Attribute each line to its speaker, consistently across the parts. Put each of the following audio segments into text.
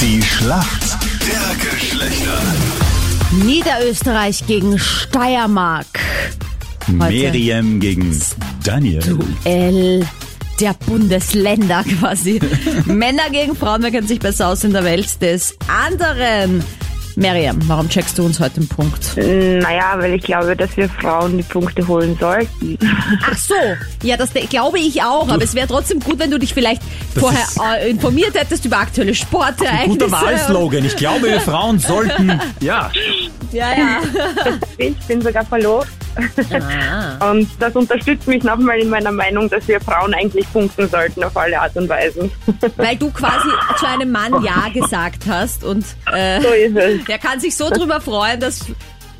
Speaker 1: Die Schlacht der Geschlechter.
Speaker 2: Niederösterreich gegen Steiermark. Heute.
Speaker 1: Miriam gegen Daniel.
Speaker 2: L der Bundesländer quasi. Männer gegen Frauen, wer kennt sich besser aus in der Welt des anderen? Miriam, warum checkst du uns heute den Punkt?
Speaker 3: Naja, weil ich glaube, dass wir Frauen die Punkte holen sollten.
Speaker 2: Ach so, ja, das de- glaube ich auch, aber es wäre trotzdem gut, wenn du dich vielleicht vorher äh, informiert hättest über aktuelle Sportereignisse.
Speaker 4: Guter Wahlslogan. Ich glaube, wir Frauen sollten. Ja.
Speaker 2: Ja, ja.
Speaker 3: Ich bin sogar verlobt. Und das unterstützt mich nochmal in meiner Meinung, dass wir Frauen eigentlich punkten sollten auf alle Art und Weisen.
Speaker 2: Weil du quasi zu einem Mann Ja gesagt hast und äh,
Speaker 3: So ist es.
Speaker 2: der kann sich so drüber freuen, dass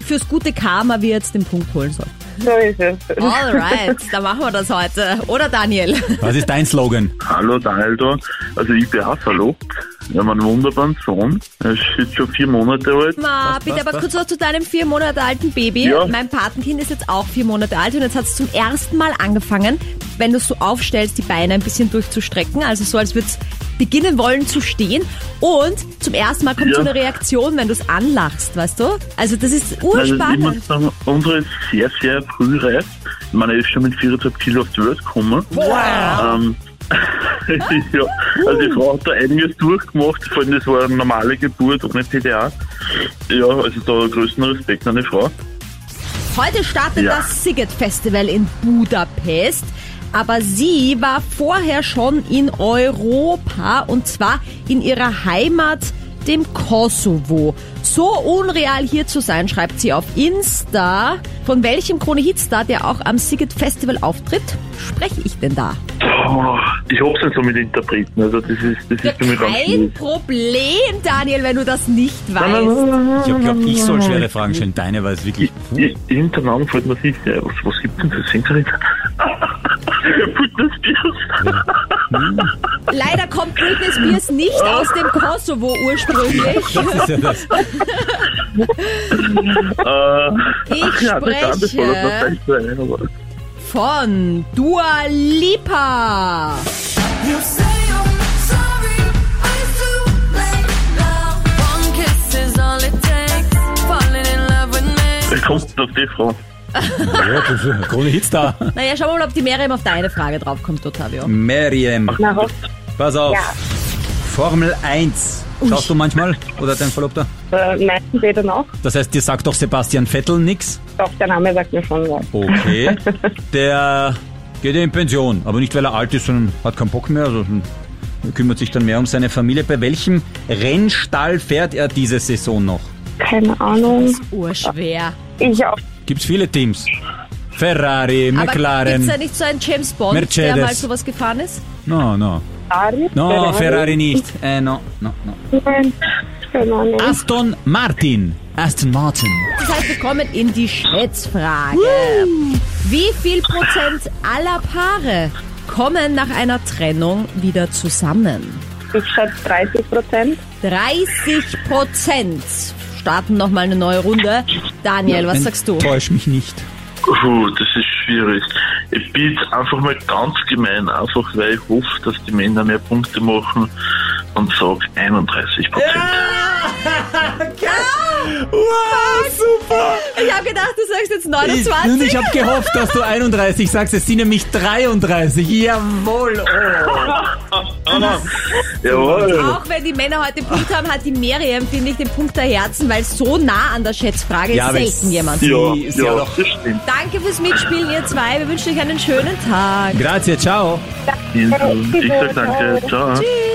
Speaker 2: fürs gute Karma wir jetzt den Punkt holen sollen.
Speaker 3: So ist es.
Speaker 2: Alright, dann machen wir das heute. Oder Daniel?
Speaker 4: Was ist dein Slogan?
Speaker 5: Hallo, Daniel da. Also ich bin auch verlobt. Wir haben einen wunderbaren Sohn. Er ist jetzt schon vier Monate alt.
Speaker 2: Ma,
Speaker 4: Was,
Speaker 2: bitte
Speaker 4: was,
Speaker 2: aber
Speaker 4: was?
Speaker 2: kurz noch zu deinem vier Monate alten Baby.
Speaker 5: Ja.
Speaker 2: Mein Patenkind ist jetzt auch vier Monate alt und jetzt hat es zum ersten Mal angefangen, wenn du es so aufstellst, die Beine ein bisschen durchzustrecken. Also so, als würde es beginnen wollen zu stehen. Und zum ersten Mal kommt
Speaker 5: Ja.
Speaker 2: so eine Reaktion, wenn du es anlachst, weißt du? Also das ist
Speaker 5: Also ich
Speaker 2: urspannend.
Speaker 5: muss sagen, unsere ist sehr, sehr früh reif. Ich meine, er ist schon mit 24 Kilo auf die Welt gekommen.
Speaker 2: Wow.
Speaker 5: Ähm, ja, also die Frau hat da einiges durchgemacht, vor allem das war eine normale Geburt ohne PDA. Ja, also da größten Respekt an die Frau.
Speaker 2: Heute startet
Speaker 5: Ja.
Speaker 2: das Siget Festival in Budapest. Aber sie war vorher schon in Europa und zwar in ihrer Heimat, dem Kosovo. So unreal hier zu sein, schreibt sie auf Insta. Von welchem Krone-Hitstar, der auch am Siget Festival auftritt, spreche ich denn da?
Speaker 5: Puh, ich hab's nicht so mit Interpreten, also das ist, das ist für mich ganz
Speaker 2: Kein
Speaker 5: schwierig.
Speaker 2: Problem, Daniel, wenn du das nicht
Speaker 5: Nein, nein,
Speaker 2: weißt.
Speaker 5: nein, nein, nein,
Speaker 4: Ich glaube, ich soll
Speaker 5: nein, nein.
Speaker 4: schwere Fragen stellen. Deine war es wirklich.
Speaker 5: I- Irgendein Name fällt mir sicher. Was, was gibt denn für Sängerin? Britney Spears.
Speaker 2: Leider kommt Britney Spears nicht aus dem Kosovo ursprünglich.
Speaker 4: Das ist ja das.
Speaker 5: Äh,
Speaker 2: Ich
Speaker 5: ach ja, das ist
Speaker 2: spreche-
Speaker 5: anders, das reicht mir ein, aber-
Speaker 2: von Dua Lipa.
Speaker 6: You say I'm sorry, but it's too late now. One kiss is all it takes. Falling in love with me.
Speaker 5: Wie kommst du auf die Frau?
Speaker 4: Ja, das ist Krone Hitstar.
Speaker 2: Naja, schauen wir mal, ob die Miriam auf deine Frage draufkommt, Ottavio.
Speaker 4: Miriam,
Speaker 3: Na, hoff.
Speaker 4: pass auf.
Speaker 3: Ja.
Speaker 4: Formel 1. Schaust du manchmal? Oder dein Verlobter?
Speaker 3: Äh, nein, weder noch.
Speaker 4: Das heißt, dir sagt doch Sebastian Vettel nix?
Speaker 3: Doch, der Name sagt mir schon was.
Speaker 4: Okay. Der geht ja in Pension. Aber nicht, weil er alt ist, sondern hat keinen Bock mehr. Also hm, kümmert sich dann mehr um seine Familie. Bei welchem Rennstall fährt er diese Saison noch?
Speaker 3: Keine Ahnung.
Speaker 2: Urschwer.
Speaker 3: Ich auch.
Speaker 4: Gibt's viele Teams. Ferrari,
Speaker 2: Aber
Speaker 4: McLaren.
Speaker 2: gibt's da nicht so einen James Bond, der
Speaker 4: Mercedes.
Speaker 2: mal sowas gefahren ist?
Speaker 4: No, no.
Speaker 3: Ferrari?
Speaker 4: No, Ferrari nicht. Äh, no, no, no.
Speaker 3: Nein, keine Ahnung.
Speaker 4: Aston Martin. Aston Martin.
Speaker 2: Das heißt, wir kommen in die Schätzfrage. Wie viel Prozent aller Paare kommen nach einer Trennung wieder zusammen?
Speaker 3: Ich schätze 30 Prozent.
Speaker 2: 30 Prozent. Starten nochmal eine neue Runde. Daniel, was sagst du?
Speaker 4: Täusch mich nicht.
Speaker 5: Puh, das ist schwierig. Ich bin jetzt einfach mal ganz gemein, einfach weil ich hoffe, dass die Männer mehr Punkte machen und sage 31 Prozent.
Speaker 4: Wow, super.
Speaker 2: Ich habe gedacht, du sagst jetzt
Speaker 4: Ich,
Speaker 2: 29.
Speaker 4: nun, ich habe gehofft, dass du 31 sagst. Es sind nämlich 33. Jawohl.
Speaker 2: Oh.
Speaker 5: Jawohl.
Speaker 2: Auch wenn die Männer heute den Punkt haben, hat die Miriam, finde ich, den Punkt der Herzen, weil so nah an der Schätzfrage
Speaker 4: Ja,
Speaker 2: ist
Speaker 4: aber
Speaker 2: selten
Speaker 4: es-
Speaker 2: jemand.
Speaker 5: Ja,
Speaker 4: Sie ist ja
Speaker 5: ja,
Speaker 4: doch-
Speaker 5: das stimmt.
Speaker 2: Danke fürs Mitspielen, ihr zwei. Wir wünschen euch einen schönen Tag.
Speaker 4: Grazie, ciao.
Speaker 5: Ich sage danke. Ciao.
Speaker 2: Tschüss.